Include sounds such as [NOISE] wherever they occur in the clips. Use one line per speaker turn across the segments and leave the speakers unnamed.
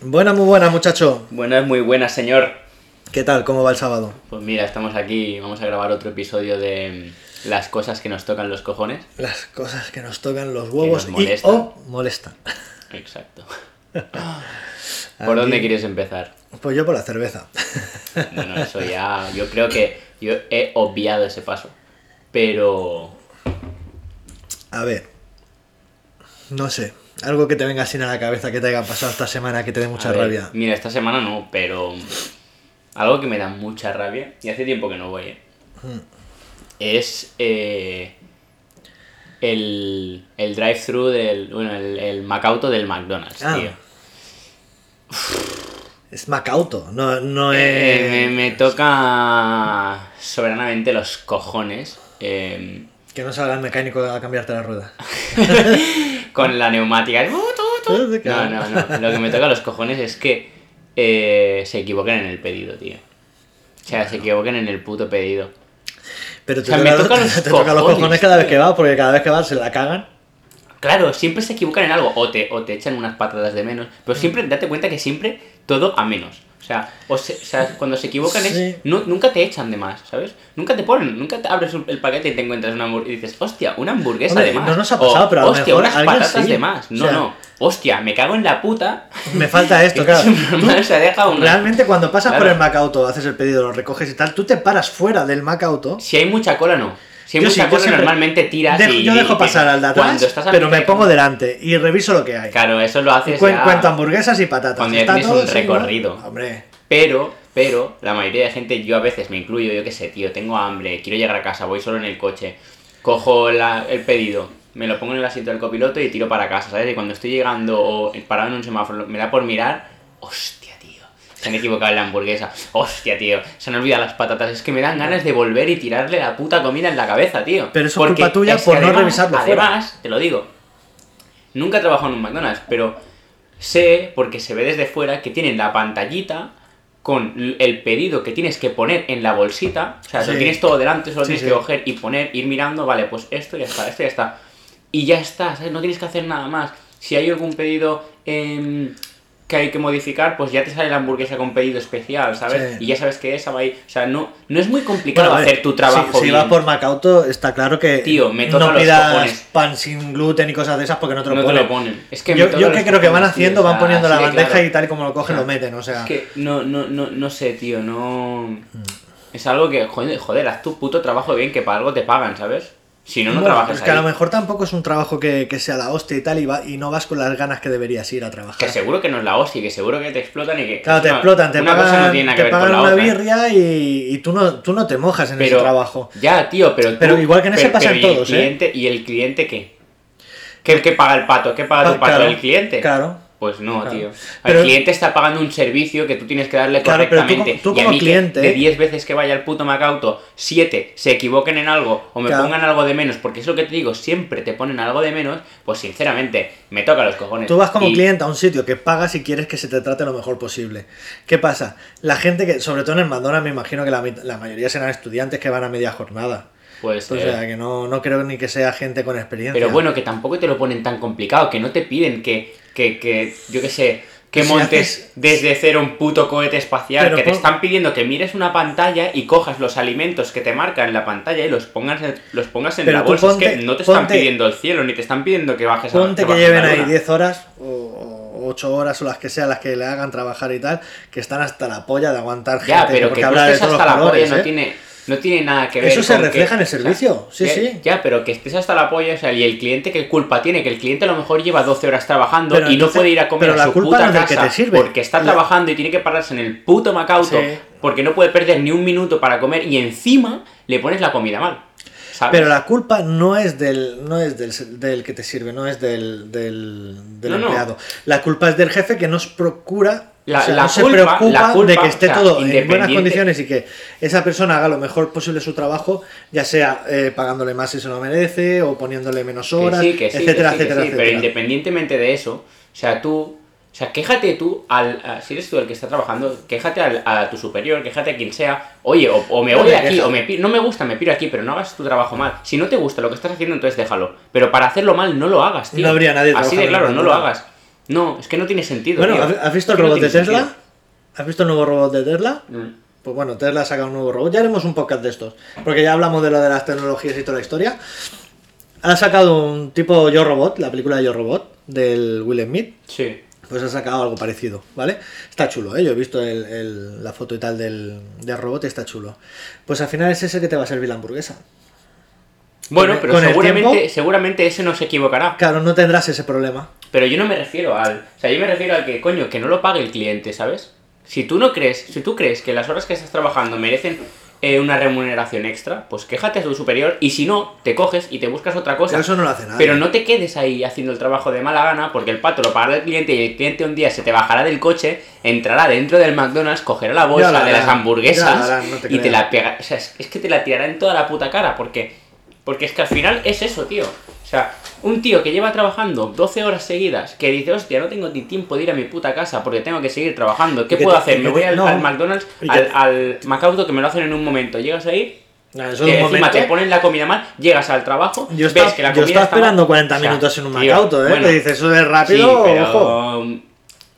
Buenas, muy buenas, muchacho.
Buenas, muy buenas, señor.
¿Qué tal? ¿Cómo va el sábado?
Pues mira, estamos aquí, vamos a grabar otro episodio de mm, las cosas que nos tocan los cojones.
Las cosas que nos tocan los huevos y
Que nos molestan.
o molestan.
Exacto. ¿Por dónde
Aquí-
quieres empezar?
Pues yo por la cerveza.
Bueno, eso ya, yo creo que yo he obviado ese paso. Pero
A ver. No sé. Algo que te venga sin a la cabeza que te haya pasado esta semana que te dé mucha
A ver,
rabia.
Mira, esta semana no, pero algo que me da mucha rabia, y hace tiempo que no voy, ¿eh? es eh, el, el drive-thru del. Bueno, el, el Macauto del McDonald's,
Ah.
tío.
Es Macauto, no, no es.
Eh, me, me toca soberanamente los cojones. eh,
Que no salga el mecánico a cambiarte las ruedas.
con la neumática. ¡Tu, tu, tu! No, no, no. Lo que me toca los cojones es que eh, se equivoquen en el pedido, tío. O sea, se equivoquen en el puto pedido.
Pero te,
O sea, me
toca,
tocan
[LAUGHS] te
los
toca los
cojones,
cojones cada vez
tío.
que vas, porque cada vez que vas se la cagan.
Claro, siempre se equivocan en algo, o te, o te echan unas patadas de menos, pero siempre
Mm.
date cuenta que siempre todo a menos. O sea, o se- o sea, cuando se equivocan
Sí.
es, nu- nunca te echan de más, ¿sabes? Nunca te ponen, nunca te abres un- el paquete y te encuentras una hamburguesa y dices, hostia, una hamburguesa
Hombre,
de más.
no nos ha pasado,
o,
pero a lo
hostia,
mejor
unas
alguien
patatas
sí.
de más. No,
O sea-
no, hostia, me cago en la puta.
Me falta [LAUGHS]
[LAUGHS]
esto, claro.
Normal, se ha dejado una-
Realmente cuando pasas por
Claro.
el Macauto, haces el pedido, lo recoges y tal, tú te paras fuera del Macauto.
Si hay mucha cola, no. Si hay
Yo sí,
mucha
yo
cola,
siempre-
normalmente tiras
Dejo-
y...
yo
y-
dejo pasar al de
cuando
atrás,
estás a
pero me
mitad-
pongo delante y reviso lo que hay.
Claro, eso lo
Y
haces
cuen-
ya-
Cuento hamburguesas y patatas.
Cuando ya
Está
tienes
todo
un
así, ¿no?
recorrido.
Hombre,
Pero, pero, la mayoría de gente, yo a veces me incluyo, yo qué sé, tío, tengo hambre, quiero llegar a casa, voy solo en el coche, cojo la- el pedido, me lo pongo en el asiento del copiloto y tiro para casa, ¿sabes? Y cuando estoy llegando o parado en un semáforo, me da por mirar, hostia, tío, se han equivocado en la hamburguesa, hostia, tío, se han olvidado las patatas, es que me dan ganas de volver y tirarle la puta comida en la cabeza, tío.
Pero eso es culpa tuya
que
por no revisarlo fuera.
Además, te lo digo, Nunca he trabajado en un McDonald's, pero sé, porque se ve desde fuera, que tienen la pantallita con l- el pedido que tienes que poner en la bolsita. O sea,
Sí.
lo tienes todo delante, solo
Sí,
tienes
sí.
que coger y poner, ir mirando, vale, pues esto ya está, esto ya está. Y ya está, ¿sabes? No tienes que hacer nada más. Si hay algún pedido em, que hay que modificar, pues ya te sale la hamburguesa con pedido especial, ¿sabes?
Sí.
Y ya sabes que esa va ahí. O sea, no, no es muy complicado
Bueno, a ver,
hacer tu trabajo
Si, si
bien.
vas por Macauto, está claro que
Tío, me toca
no
los
pidas
cojones.
pan sin gluten y cosas de esas porque no te lo
No te
ponen.
lo ponen. Es que me
yo
toca
yo
los
que creo que van
cojones, tío,
haciendo,
o sea,
van poniendo
así
la
de
bandeja
claro.
y tal y como lo cogen
Claro.
lo meten, o sea.
Es que no, no, no, no sé, tío, no.
Mm.
Es algo que, joder, joder, haz tu puto trabajo bien, que para algo te pagan, ¿sabes? Si no, no
Bueno,
trabajas
es que a
ahí.
lo mejor tampoco es un trabajo que, que sea la hostia y tal y, va- y no vas con las ganas que deberías ir a trabajar.
Que seguro que no es la hostia, que seguro que te explotan y que.
Claro, te
una-
explotan, te
una
pagan,
cosa no tiene nada
te
que ver con
pagan
la
una
otra.
birria y, y tú, no, tú no te mojas en
Pero,
ese trabajo.
Ya, tío, pero. tú-
Pero igual que en ese
pero-
pasa
pero
en
¿y el
todos, ¿eh?
cliente- ¿Y el cliente qué? qué? qué paga el pato? ¿Qué paga
Pa-
tu pato?
claro,
¿El cliente?
claro.
Pues no,
Claro.
tío.
Pero-
el cliente está pagando un servicio que tú tienes que darle
Claro, pero tú
correctamente.
como- tú
y a
como
mí que
cliente-
de 10 veces que vaya al puto Macauto, 7 se equivoquen en algo o me
Claro.
pongan algo de menos, porque es lo que te digo, siempre te ponen algo de menos, pues sinceramente, me toca los cojones.
Tú vas como
Y-
cliente a un sitio que pagas y quieres que se te trate lo mejor posible. ¿Qué pasa? La gente que, sobre todo en el McDonald's, me imagino que la, mit- la mayoría serán estudiantes que van a media jornada.
Pues,
O
eh,
sea, que no, no creo ni que sea gente con experiencia.
Pero bueno, que tampoco te lo ponen tan complicado, que no te piden que, que, que yo qué sé, que
Que si
montes
haces-
desde cero un puto cohete espacial,
Pero
que te
pon-
están pidiendo que mires una pantalla y cojas los alimentos que te marcan en la pantalla y los pongas en, los pongas en
Pero
la
tú
bolsa. es
ponte-
que no te están
ponte-
pidiendo el cielo, ni te están pidiendo que bajes a
Ponte que
bajes
lleven
la
ahí
luna.
10 horas o 8 horas o las que sea las que le hagan trabajar y tal, que están hasta la polla de aguantar gente.
Ya, pero que
porque
tú
habla de
estés
todos
hasta
los
la polla
colores,
no
¿eh?
tiene... No tiene nada que ver.
Eso se
con que-
refleja en el
o sea,
servicio, sí,
ya-
sí.
Ya, pero que estés hasta la polla, o sea, y el cliente, ¿qué culpa tiene? Que el cliente a lo mejor lleva 12 horas trabajando
Pero
y no
entonces-
puede ir a comer
pero
a
la
su
culpa
puta
no es del que
casa
te sirve.
porque está
La-
trabajando y tiene que pararse en el puto Macauto
Sí.
porque no puede perder ni un minuto para comer y encima le pones la comida mal. ¿sabes?
Pero la culpa no es del, no es del, del que te sirve, no es del, del, del
No, no.
empleado. La culpa es del jefe que nos procura,
La-
o sea,
la
no se
culpa-
preocupa
la culpa,
de que esté
o sea,
todo en buenas
independiente-
condiciones y que esa persona haga lo mejor posible su trabajo, ya sea eh, pagándole más si se lo merece o poniéndole menos
Que
horas,
sí, que sí, que
etcétera,
sí, que
etcétera,
sí, Pero
etcétera.
independientemente de eso, o sea, tú, o sea, quéjate tú, al, a- si eres tú el que está trabajando, quéjate al- a tu superior, quéjate a quien sea, oye, o, o me
No
voy
te
de aquí,
quejas.
o me pi- no me gusta, me piro aquí, pero no hagas tu trabajo mal. Si no te gusta lo que estás haciendo, entonces déjalo. Pero para hacerlo mal, no lo hagas, tío.
No habría nadie
Así
trabajando
de
en
claro, no lo
McDonald's.
hagas. No, es que no tiene sentido.
Bueno,
tío.
¿has has visto el
Es que no
robot de
tiene
Tesla?
sentido.
¿Has visto el nuevo robot de Tesla?
Mm.
Pues bueno, Tesla saca un nuevo robot. Ya haremos un podcast de estos, porque ya hablamos de lo de las tecnologías y toda la historia. Ha sacado un tipo Yo Robot, la película de Yo Robot, del Will Smith.
Sí.
Pues ha sacado algo parecido, ¿vale? Está chulo, ¿eh? Yo he visto el- el- la foto y tal del, del robot y está chulo. Pues al final es ese que te va a servir la hamburguesa.
Bueno,
Con-
pero
con el
seguramente,
tiempo-
seguramente ese no se equivocará.
Claro, no tendrás ese problema.
Pero yo no me refiero al. O sea, yo me refiero al que, coño, que no lo pague el cliente, ¿sabes? Si tú no crees, si tú crees que las horas que estás trabajando merecen eh, una remuneración extra, pues quéjate a tu superior y si no, te coges y te buscas otra cosa.
Pero eso no lo hace nadie.
Pero no te quedes ahí haciendo el trabajo de mala gana, porque el pato lo pagará el cliente y el cliente un día se te bajará del coche, entrará dentro del McDonald's, cogerá la bolsa
Ya lo
de las
harán, ya lo
hamburguesas
harán, no te
y te
creas.
la pegará. O sea, es, es que te la tirará en toda la puta cara, porque, porque es que al final es eso, tío. O sea, un tío que lleva trabajando 12 horas seguidas, que dice, hostia, no tengo ni tiempo de ir a mi puta casa porque tengo que seguir trabajando. ¿Qué
Y que
puedo
te- y
hacer?
que
Me voy
te-
al,
no.
al McDonald's,
Y que-
al, al McAuto, que me lo hacen en un momento. Llegas ahí,
No, eso es
que
un
Eh, encima
momento. ¿eh?
te ponen la comida mal, llegas al trabajo,
Yo
ves
estaba,
que la
yo
comida
estaba
está
esperando
mal.
40
O sea,
minutos en un
tío,
MacAuto, ¿eh?
bueno,
Te dices, eso es
sí,
rápido,
pero,
ojo.
um,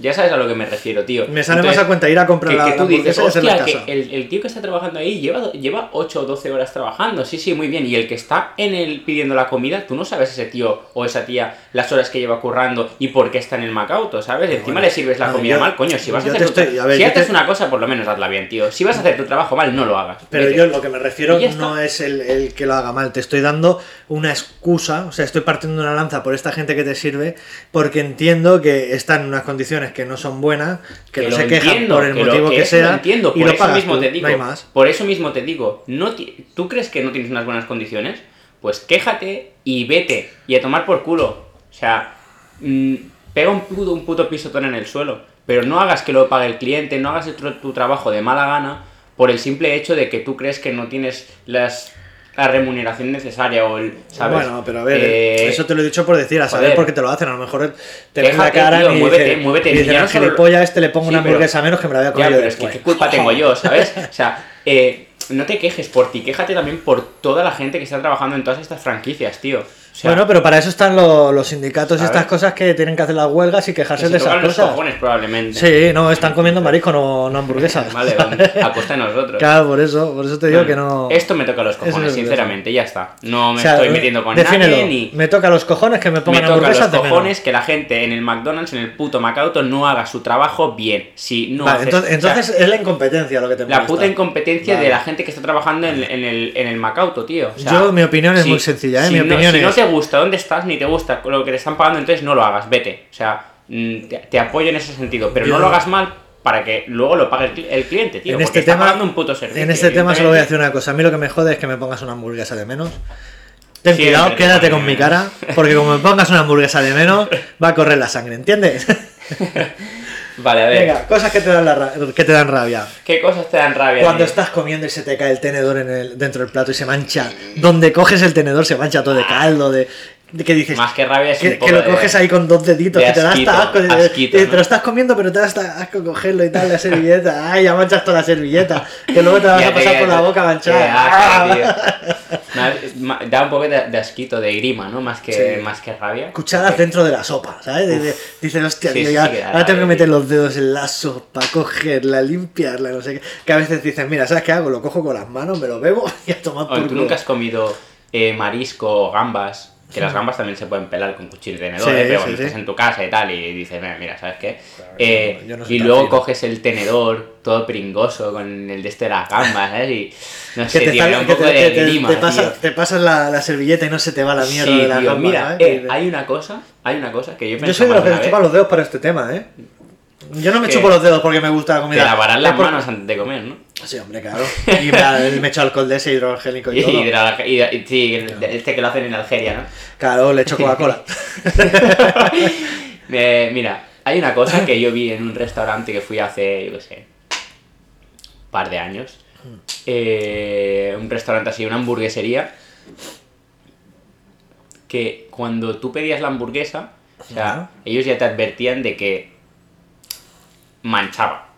Ya sabes a lo que me refiero, tío.
Me sale
Entonces,
más a cuenta ir a comprar
que,
la,
que
la
tú dices,
hamburguesa y hacerla en
hostia,
casa.
que el, el tío que está trabajando ahí lleva, lleva 8 o 12 horas trabajando, sí, sí, muy bien. Y el que está en el pidiendo la comida, tú no sabes ese tío o esa tía las horas que lleva currando y por qué está en el Macauto, ¿sabes? Encima
bueno,
le sirves la
no,
comida
yo-
mal, coño, si vas a
yo
hacer
te
tu-
estoy- a ver,
si
yo
haces
te- Mm.
una cosa, por lo menos hazla bien, tío. Si vas a hacer tu trabajo mal, no lo hagas.
Pero
Vete.
yo lo que me refiero
Y ya está.
no es el, el que lo haga mal, te estoy dando una excusa, o sea, estoy partiendo una lanza por esta gente que te sirve, porque entiendo que están en unas condiciones que no son buenas, que, no
lo
se quejan
entiendo,
por el
que lo-
motivo que,
eso
sea,
lo entiendo,
y
por
lo
eso
pagas
mismo
tú,
te digo,
no hay más.
por eso mismo te digo, no ti- ¿tú crees que no tienes unas buenas condiciones? Pues quéjate y vete y a tomar por culo. O sea, mm, pega un puto, un puto pisotón en el suelo, pero no hagas que lo pague el cliente, no hagas tu, tu trabajo de mala gana por el simple hecho de que tú crees que no tienes las la remuneración necesaria o el, ¿sabes?
Bueno, pero a ver,
Eh,
eso te lo he dicho por decir, a saber
joder.
por qué te lo hacen, a lo mejor te ven la
Déjate,
cara
tío,
y
muévete,
dicen-
muévete,
y dicen,
ya no
"Al
solo-
gilipollas este le pongo
Sí,
una
pero-
hamburguesa menos que me la había
Ya,
comido
pero es que
después".
qué
[LAUGHS]
culpa [LAUGHS] tengo yo, ¿sabes? O sea, eh, no te quejes por ti, quéjate también por toda la gente que está trabajando en todas estas franquicias, tío. O sea,
bueno, pero para eso están lo- los sindicatos y
¿sabes?
estas cosas que tienen que hacer las huelgas y
que
quejarse
se
de esas
tocan los
cosas.
cojones probablemente.
Sí, no, están comiendo marisco, no, no hamburguesas. [LAUGHS]
Vale, vale, a costa de nosotros.
Claro, por eso, por eso te digo
Bueno,
que no.
Esto me toca los
Eso es
cojones,
lo que
sinceramente, ya está. No
O
me
sea,
estoy metiendo con
defínelo.
nadie ni...
Me toca los cojones que me
Me
pongan
toca los
hamburguesas de menos.
cojones que la gente en el McDonald's, en el puto Macauto, no haga su trabajo bien. Si no
Vale,
haces- o
entonces,
sea,
entonces es la incompetencia lo que te
La
molesta.
puta incompetencia
Vale.
de la gente que está trabajando en, en el, en el Macauto, tío. O sea,
Yo, mi opinión es muy sencilla, ¿eh?
Si
Mi
no,
opinión
si no
es-
te gusta dónde estás, ni te gusta lo que te están pagando, entonces no lo hagas, vete. O sea, mm, te, te apoyo en ese sentido, pero
Yo-
no lo hagas mal para que luego lo pague el, cli- el cliente, tío.
En
porque
este,
está
tema,
pagando un puto servicio.
en este tema solo voy a
evidentemente.
decir una cosa. A mí lo que me jode es que me pongas una hamburguesa de menos. Ten
Siempre
cuidado,
te
quédate
ponen
con mi
menos.
cara, porque como me pongas una hamburguesa de
[LAUGHS]
menos, va a correr la sangre, ¿entiendes?
Vale, a ver.
Venga, cosas que te dan, la ra- que te dan rabia.
¿Qué cosas te dan rabia?
Cuando
tío?
estás comiendo y se te cae el tenedor en el, dentro del plato y se mancha, donde coges el tenedor se mancha todo de caldo, de, de que dices...
Ah. Más que rabia es
que,
un poco
que lo
de-
coges ahí con dos deditos,
de
que te da
asquito,
hasta asco. de-
asquito,
de-
¿no?
Te lo estás comiendo, pero te da hasta asco cogerlo y tal, la servilleta. Ay, ya manchas toda la servilleta. Que luego te la vas
Ya
a
te
pasar
quedas-
por la boca
Qué
manchada. [LAUGHS]
asco, tío. Más- ma- Da un poco de, de asquito, de grima, ¿no? Más que,
Sí.
más que rabia.
Cucharas
Porque-
dentro de la sopa, ¿sabes? De- de- dices, hostia,
Sí,
tío,
sí,
ya,
sí que da
ahora tengo que
rabia,
meter
tío.
los dedos en la sopa, cogerla, limpiarla, no sé qué. Que a veces dices, mira, ¿sabes qué hago? Lo cojo con las manos, me lo bebo [LAUGHS] y a tomar
Oye,
por
¿Tú
culo.
nunca has comido eh, marisco o gambas? Que las gambas también se pueden pelar con cuchillo y tenedor,
Sí,
eh, pero
sí,
cuando
sí.
estás en tu casa y tal, y dices, mira, mira ¿sabes qué? Eh,
yo no- yo no soy
y
tan
luego
fino.
coges el tenedor todo pringoso con el de este de las gambas, ¿sabes? Y no
que
sé,
te,
tío,
sale-
era un
que
poco
te-
de
que te-
grima,
te
tío.
pasa- te pasas la, la servilleta y no se te va la mierda
Sí,
de la
tío,
gamba,
mira,
¿eh?
eh, hay una cosa, hay una cosa que yo he
Yo soy de los que
pensado alguna
se
vez,
chupan los dedos para este tema, ¿eh? Yo no me
Que-
chupo los dedos porque me gusta la
te
comida.
lavarás
Es
las
por-
manos antes de comer, ¿no?
Sí, hombre, claro. Y me, me echo alcohol de ese hidrogélico y
[LAUGHS] Y,
todo.
de la- y de- y- sí, el- este que lo hacen en Algeria, ¿no?
Claro,
[LAUGHS]
le echo Coca-Cola.
Eh, mira, hay una cosa que yo vi en un restaurante que fui hace, yo qué sé, un par de años. Eh, un restaurante así, una hamburguesería. Que cuando tú pedías la hamburguesa, o sea, ellos ya te advertían de que manchaba.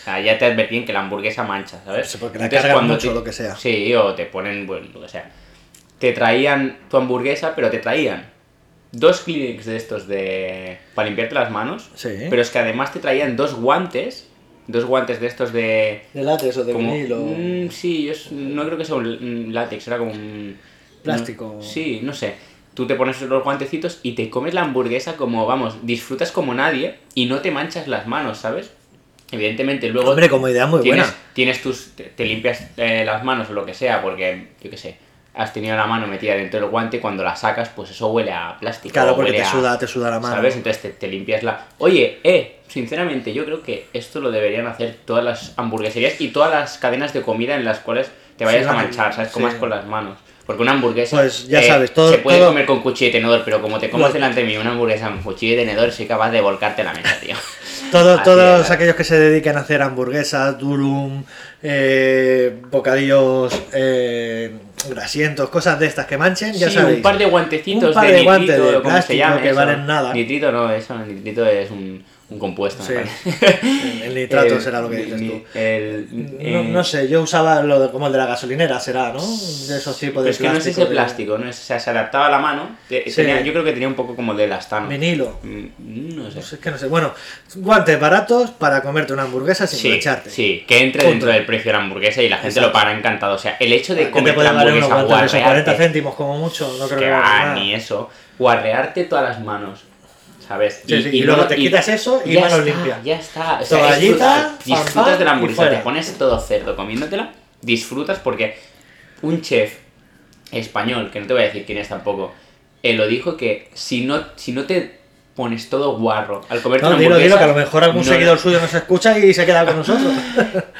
O sea, ya te advertían que la hamburguesa mancha, ¿sabes?
Sí, porque la cargan mucho o lo que sea.
pues, Sí, o te ponen, bueno, lo que sea. Te traían tu hamburguesa, pero te traían dos clics de estos de para limpiarte las manos,
Sí.
pero es que además te traían dos guantes, dos guantes de estos de
De látex o de
como-
vinilo.
Mm, sí, yo es- no creo que sea un l- un látex, era como un...
Plástico.
no- sí, no sé. Tú te pones los guantecitos y te comes la hamburguesa como, vamos, disfrutas como nadie y no te manchas las manos, ¿sabes? Evidentemente luego...
Hombre, como idea muy
tienes,
buena.
Tienes tus... Te, te limpias eh, las manos o lo que sea porque, yo qué sé, has tenido la mano metida dentro del guante y cuando la sacas pues eso huele a plástico.
Claro, porque
huele
te
a-
suda, te suda la mano.
¿Sabes? Entonces te, te limpias la. Oye, eh, sinceramente, yo creo que esto lo deberían hacer todas las hamburgueserías y todas las cadenas de comida en las cuales te vayas
Sí,
a manchar, ¿sabes? Comas
sí.
con las manos. Porque una hamburguesa. eh,
Pues, ya sabes, todo-
Se puede
todo-
comer con cuchillo y tenedor, pero como te comas
Los-
delante de mí una hamburguesa con cuchillo y tenedor, soy capaz de volcarte la mesa,
[LAUGHS]
tío.
Todo-
Así
todos
es.
aquellos que se dediquen a hacer hamburguesas, durum, eh, bocadillos eh, grasientos, cosas de estas que manchen, ya
sí,
sabéis.
un par de guantecitos
Un par
de,
de
nitrito,
guantes de
o como se
plástico
llama
que
eso.
valen nada.
Nitrito no, eso, el nitrito es un, un compuesto, me
Sí. [LAUGHS]
parece.
El nitrato
[LAUGHS] El-
será lo que dices
ni-
tú.
el-
No,
eh,
no sé, yo usaba lo de- como el de la gasolinera, será, ¿no? De esos tipos de
Pero es que no es ese
de-
plástico, ¿no? Es- o sea, se adaptaba a la mano. te-
Sí.
tenía- yo creo que tenía un poco como de elastano.
Vinilo.
Mm, No sé.
No sé, es que no sé. Bueno, guantes baratos para comerte una hamburguesa sin
Sí,
mancharte.
sí, que entre
Punto.
dentro del precio de la hamburguesa y la gente
Exacto.
lo pagará encantado. O sea, el hecho de
Que te
comer la
pueden valer unos
hamburguesa
guantes de esos 40
guarrearte,
céntimos como mucho, no creo que,
que
valga
va,
nada.
ni eso, guarrearte todas las manos, ¿sabes?
Sí, sí, y luego
no-
te quitas eso y
ya
manos
está,
limpias.
Ya está. O
Toallita,
sea, disfrutas,
fan,
disfrutas
fan
de la
y
hamburguesa,
fuera.
te pones todo cerdo comiéndotela, disfrutas porque un chef español, que no te voy a decir quién es tampoco, eh, lo dijo que si no, si no te pones todo guarro al comerte
No,
una
dilo,
hamburguesa,
dilo, que a lo mejor algún
no-
seguidor suyo nos escucha y se queda con
[LAUGHS]
nosotros.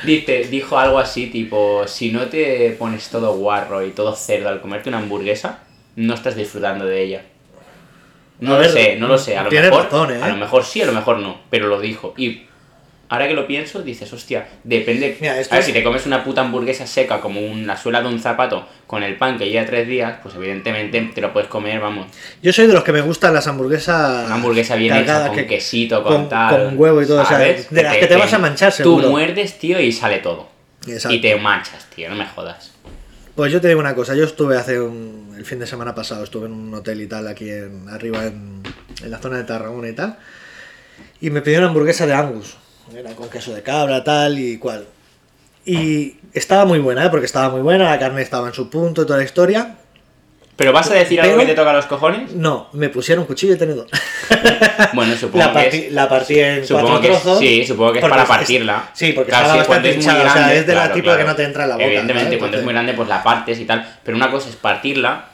Dice, dijo algo así, tipo, si no te pones todo guarro y todo cerdo al comerte una hamburguesa, no estás disfrutando de ella. No
A
lo
ver,
sé, no lo sé. A lo,
tiene
mejor,
razón, ¿eh?
a lo mejor sí, a lo mejor no, pero lo dijo. Y ahora que lo pienso, dices, hostia, depende...
Mira, esto
a ver,
es-
si te comes una puta hamburguesa seca como una suela de un zapato con el pan que lleva tres días, pues evidentemente te lo puedes comer, vamos,
Yo soy de los que me gustan las hamburguesas.
una hamburguesa bien
cargadas
hecha con
que-
quesito, con,
con-
tal.
con huevo y todo, o sea,
¿sabes?
de las que te vas a manchar,
Tú
seguro.
muerdes, tío, y sale todo.
Exacto.
Y te manchas, tío, no me jodas.
Pues yo te digo una cosa, yo estuve hace un- el fin de semana pasado, estuve en un hotel y tal, aquí en, arriba en, en la zona de Tarragona y tal, y me pidió una hamburguesa de Angus, era con queso de cabra, tal y cual. Y estaba muy buena, ¿eh? porque estaba muy buena, la carne estaba en su punto y toda la historia.
¿Pero vas a decir algo
Pero-
que te toca los cojones?
No, me pusieron cuchillo y tenedor.
Bueno, supongo
[LAUGHS] La
que
partí,
es-
la partí en
supongo
cuatro
que es-
trozos.
sí, supongo que es
porque
para partirla.
sí, porque
Claro,
estaba
sí,
bastante
cuando es muy
hinchada, o sea,
grande,
es de la
claro,
tipa
claro.
que no te entra en la boca.
Evidentemente,
¿sabes?
cuando es muy
Entonces- Hmm.
grande, pues la partes y tal. Pero una cosa es partirla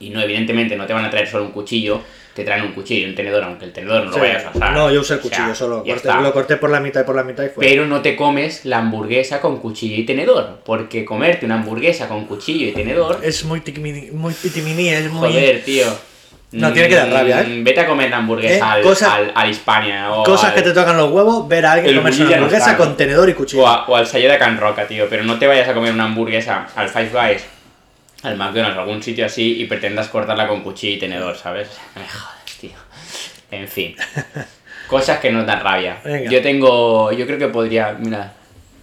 y no, evidentemente, no te van a traer solo un cuchillo. Te traen un cuchillo, un tenedor, aunque el tenedor no
Sí.
lo vayas a usar.
No, yo usé el
O sea,
cuchillo solo.
ya
corté-
está.
lo corté por la mitad y por la mitad y fue.
Pero no te comes la hamburguesa con cuchillo y tenedor. Porque comerte una hamburguesa con cuchillo y tenedor.
Es muy tiquiminí, muy pitiminí, es muy...
Joder, tío.
No, tiene que dar
Mm,
rabia, ¿eh?
Vete a comer la hamburguesa
Eh,
al,
cosas-
al, al Hispania. O
Cosas
al,
que te tocan los huevos, ver a alguien
El
comerse una
bulli ya no
hamburguesa
está, ¿no?
con tenedor y cuchillo.
O, a- o al Sayeda Can Roca, tío. Pero no te vayas a comer una hamburguesa al Five Guys, al McDonald's, o algún sitio así y pretendas cortarla con cuchillo y tenedor, ¿sabes? [LAUGHS] Me jodas, tío.
[LAUGHS]
En fin. Cosas que nos dan rabia.
Venga.
Yo tengo. Yo creo que podría. Mira,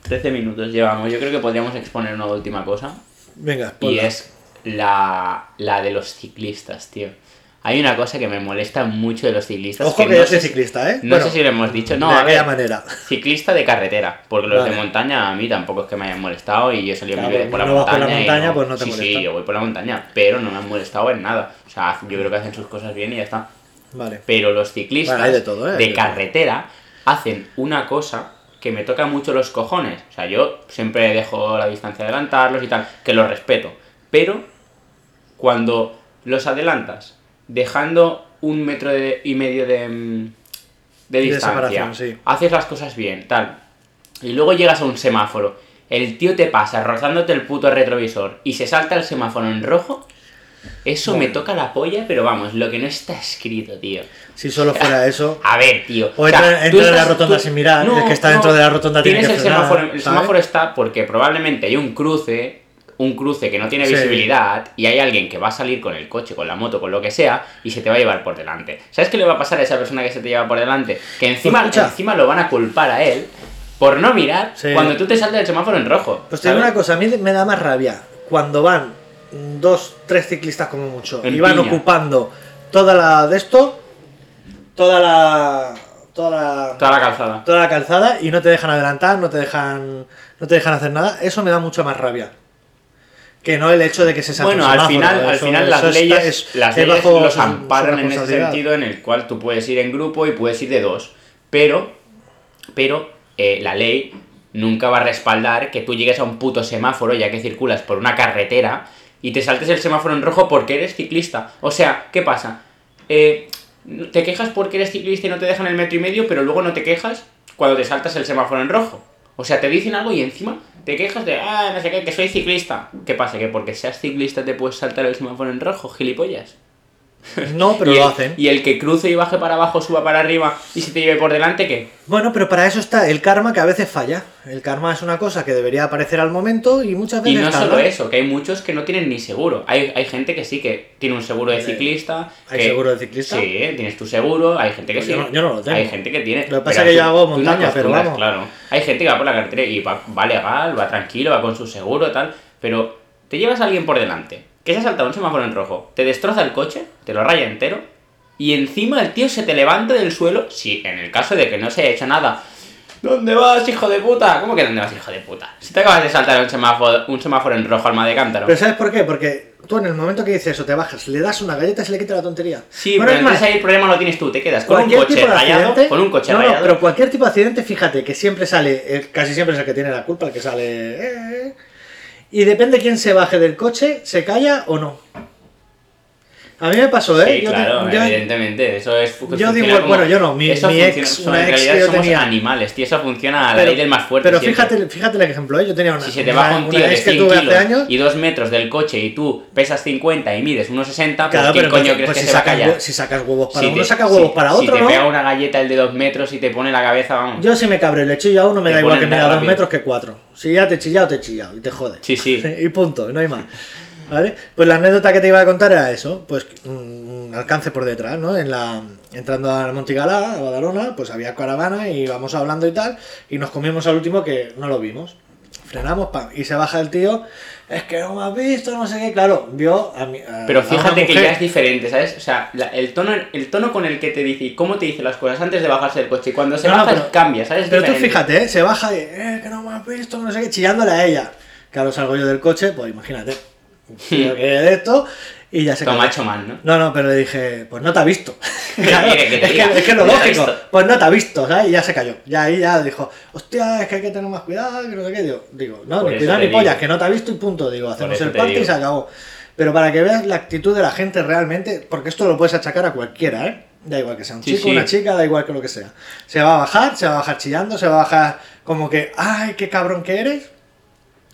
13 minutos llevamos. Yo creo que podríamos exponer una última cosa.
Venga,
Y
ponla.
es la, la de los ciclistas, tío. Hay una cosa que me molesta mucho de los ciclistas.
Ojo que,
no
yo
sé
soy
si-
ciclista, ¿eh?
No
Bueno,
sé si lo hemos dicho. No,
de
a
aquella
ver,
manera.
ciclista de carretera. Porque los
Vale.
de montaña a mí tampoco es que me hayan molestado y yo salí a mi
Claro,
vida por la
no vas
montaña.
por la
y
montaña, pues no te
sí,
molesta.
Sí, yo voy por la montaña, pero no me han molestado en nada. O sea, yo creo que hacen sus cosas bien y ya está.
Vale.
Pero los ciclistas
Bueno, hay de todo, ¿eh? Hay de
de
todo.
carretera hacen una cosa que me toca mucho los cojones. O sea, yo siempre dejo la distancia de adelantarlos y tal, que los respeto. Pero cuando los adelantas, dejando un metro de- y medio de, mm,
De
de distancia,
separación, sí.
haces las cosas bien, tal, y luego llegas a un semáforo, el tío te pasa rozándote el puto retrovisor y se salta el semáforo en rojo, eso me
Bueno.
toca la polla, pero vamos, lo que no está escrito, tío.
Si solo fuera eso...
A ver, tío.
O entra-
tú
entra en la rotonda sin mirar,
No,
el que está dentro de la rotonda tiene
Tienes
que
el
frenar,
semáforo, el
¿sabes?
semáforo está porque probablemente hay un cruce, un cruce que no tiene
Sí.
visibilidad y hay alguien que va a salir con el coche, con la moto, con lo que sea y se te va a llevar por delante. ¿Sabes qué le va a pasar a esa persona que se te lleva por delante? Que encima,
Pues escucha.
encima lo van a culpar a él por no mirar
Sí.
cuando tú te saltas el semáforo en rojo.
Pues te digo
¿sabes?
una cosa, a mí me da más rabia cuando van dos, tres ciclistas como mucho
En
y van
piña.
ocupando toda la de esto, toda la. Toda la.
Toda la calzada.
toda la calzada y no te dejan adelantar, no te dejan, no te dejan hacer nada, eso me da mucha más rabia. Que no el hecho de que se salte
Bueno,
un
al
semáforo,
final, al
eso-
final
eso
las
está-
leyes,
es-
las
es
leyes
bajo
los
su- su
amparan en ese
responsabilidad.
sentido en el cual tú puedes ir en grupo y puedes ir de dos, pero, pero eh, la ley nunca va a respaldar que tú llegues a un puto semáforo ya que circulas por una carretera y te saltes el semáforo en rojo porque eres ciclista. O sea, ¿qué pasa? Eh, te quejas porque eres ciclista y no te dejan el metro y medio, pero luego no te quejas cuando te saltas el semáforo en rojo. O sea, te dicen algo y encima te quejas de, ah, no sé qué, que soy ciclista. ¿Qué pasa? Que porque seas ciclista te puedes saltar el semáforo en rojo, gilipollas.
No, pero
y,
lo
el,
hacen.
y el que cruce y baje para abajo, suba para arriba y se te lleve por delante, ¿qué?
Bueno, pero para eso está el karma que a veces falla. El karma es una cosa que debería aparecer al momento y muchas
Y
veces.
no
tarda.
solo eso, que hay muchos que no tienen ni seguro. Hay, hay gente que sí que tiene un seguro de
Eh,
ciclista.
¿hay
que-
seguro de ciclista?
Sí, tienes tu seguro. Hay gente que
Pues
sí.
yo no- yo no lo tengo.
Hay gente que tiene.
Lo que pasa
pero
es que yo
tú-
hago
tú no
montaña, pero
acostumbras,
vamos.
Claro. Hay gente que va por la carretera y va, va legal, va tranquilo, va con su seguro, tal. Pero te llevas a alguien por delante que se ha saltado un semáforo en rojo, te destroza el coche, te lo raya entero y encima el tío se te levanta del suelo. Si en el caso de que no se haya hecho nada. ¿Dónde vas, hijo de puta? ¿Cómo que dónde vas, hijo de puta? Si te acabas de saltar un semáforo, un semáforo en rojo, alma de cántaro.
Pero ¿sabes por qué? Porque tú en el momento que dices eso, te bajas, le das una galleta y se le quita la tontería.
Sí,
Bueno,
pero
es más,
entonces ahí el problema lo tienes tú, te quedas con un
cualquier
coche
tipo de
rayado,
accidente-
con un coche
no, no,
rayado.
pero cualquier tipo de accidente, fíjate que siempre sale, eh, casi siempre es el que tiene la culpa, el que sale. eh, eh. y depende quién se baje del coche, se calla o no. A mí me pasó, ¿eh?
Sí,
yo te-
claro,
yo-
evidentemente, eso es fu-
yo
funciona
digo,
como-
bueno, yo no, mi-
eso
mi
funciona-
ex,
son-
una
en
ex
realidad
que yo
somos
tenía.
animales, tío, eso funciona a la
pero-
ley del más fuerte.
Pero
siempre.
fíjate, fíjate el ejemplo, ¿eh? Yo tenía una.
si se te
una-
baja un
una
tío de
ex que
100
tuve hace
kilos
años.
y 2 metros del coche y tú pesas 50 y mides 1,60, pues
Claro,
¿quién
pero
coño
entonces,
crees
pues
que
si
se va a
sacas,
callar?
hue- si sacas huevos para
Si
uno,
te-
saca huevos
si-
para
si
otro,
te
¿no?
pega una galleta el de 2 metros y te pone la cabeza, vamos.
Yo si me cabreo y le chillo a uno, me
Te
da igual que
ponen
me
más
da dos
rápido.
metros que cuatro. Si ya te he chillado, te he chillado y te jode.
Sí, sí.
Y punto, no hay más. ¿Vale? Pues la anécdota que te iba a contar era eso, pues un un alcance por detrás, ¿no? En la, entrando a Montigalá, a Badalona, pues había caravana y íbamos hablando y tal, y nos comimos al último que no lo vimos. Frenamos, pam, y se baja el tío, es que no me has visto, no sé qué, claro, vio a mi... a-
Pero
a una
fíjate que
mujer.
ya es diferente, ¿sabes? O sea, la- el, tono, el tono con el que te dice y cómo te dice las cosas antes de bajarse del coche y cuando se
No, no,
baja
pero-
cambia, ¿sabes? Es
Pero tú
diferente.
fíjate, ¿eh? se baja y, eh, que no me has visto, no sé qué, chillándole a ella. Claro, salgo yo del coche, pues imagínate.
[LAUGHS]
Tío, que de esto, y ya se
Toma,
calma.
hecho mal, ¿no?
No, no, pero le dije, pues no te ha visto. [LAUGHS]
quiere que te
es,
diga?
que, es que es lo
No te ha
lógico,
visto.
pues no te ha visto, ¿sabes? Y ya se cayó. Y ahí ya dijo, hostia, es que hay que tener más cuidado, que no sé qué. Digo, digo no,
Por
ni
eso
cuidado
te
ni pollas,
digo.
que no te ha visto y punto. Digo, hacemos
eso
el
te
parte y
digo.
se acabó. Pero para que veas la actitud de la gente realmente, porque esto lo puedes achacar a cualquiera, ¿eh? Da igual que sea un
Sí,
chico,
sí.
una chica, da igual que lo que sea. Se va a bajar, se va a bajar chillando, se va a bajar como que, ay, qué cabrón que eres.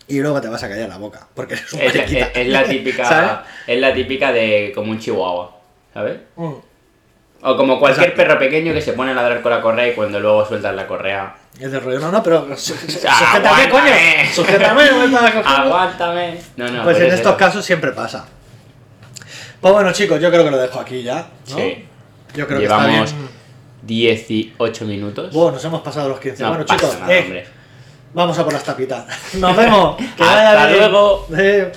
Y luego te vas a callar la boca, porque eres un
Es, la-
mariquita.
es-
[LAUGHS]
es la típica,
¿Sabes?
es la típica de como un chihuahua, ¿sabes?
Mm.
O como cualquier
Exacto.
perro pequeño que se pone a ladrar con la correa y cuando luego sueltas la correa.
Es de rollo, no, no, pero su-
[LAUGHS]
su-
Ah,
sujétame, coño.
aguántame.
Sujétame, no me
[LAUGHS]
estaba cogiendo.
¡Aguántame! No, no,
Pues
pero
en
es
estos
eso.
casos siempre pasa. Pues bueno, chicos, yo creo que lo dejo aquí ya. ¿no?
Sí.
Yo creo que
Llevamos
está bien.
18 minutos.
Buah, nos hemos pasado los 15.
No
bueno,
pasa
chicos,
nada,
eh,
hombre.
vamos a por las tapitas. [LAUGHS] Nos vemos. Que
Hasta
vaya bien.
luego.
Eh.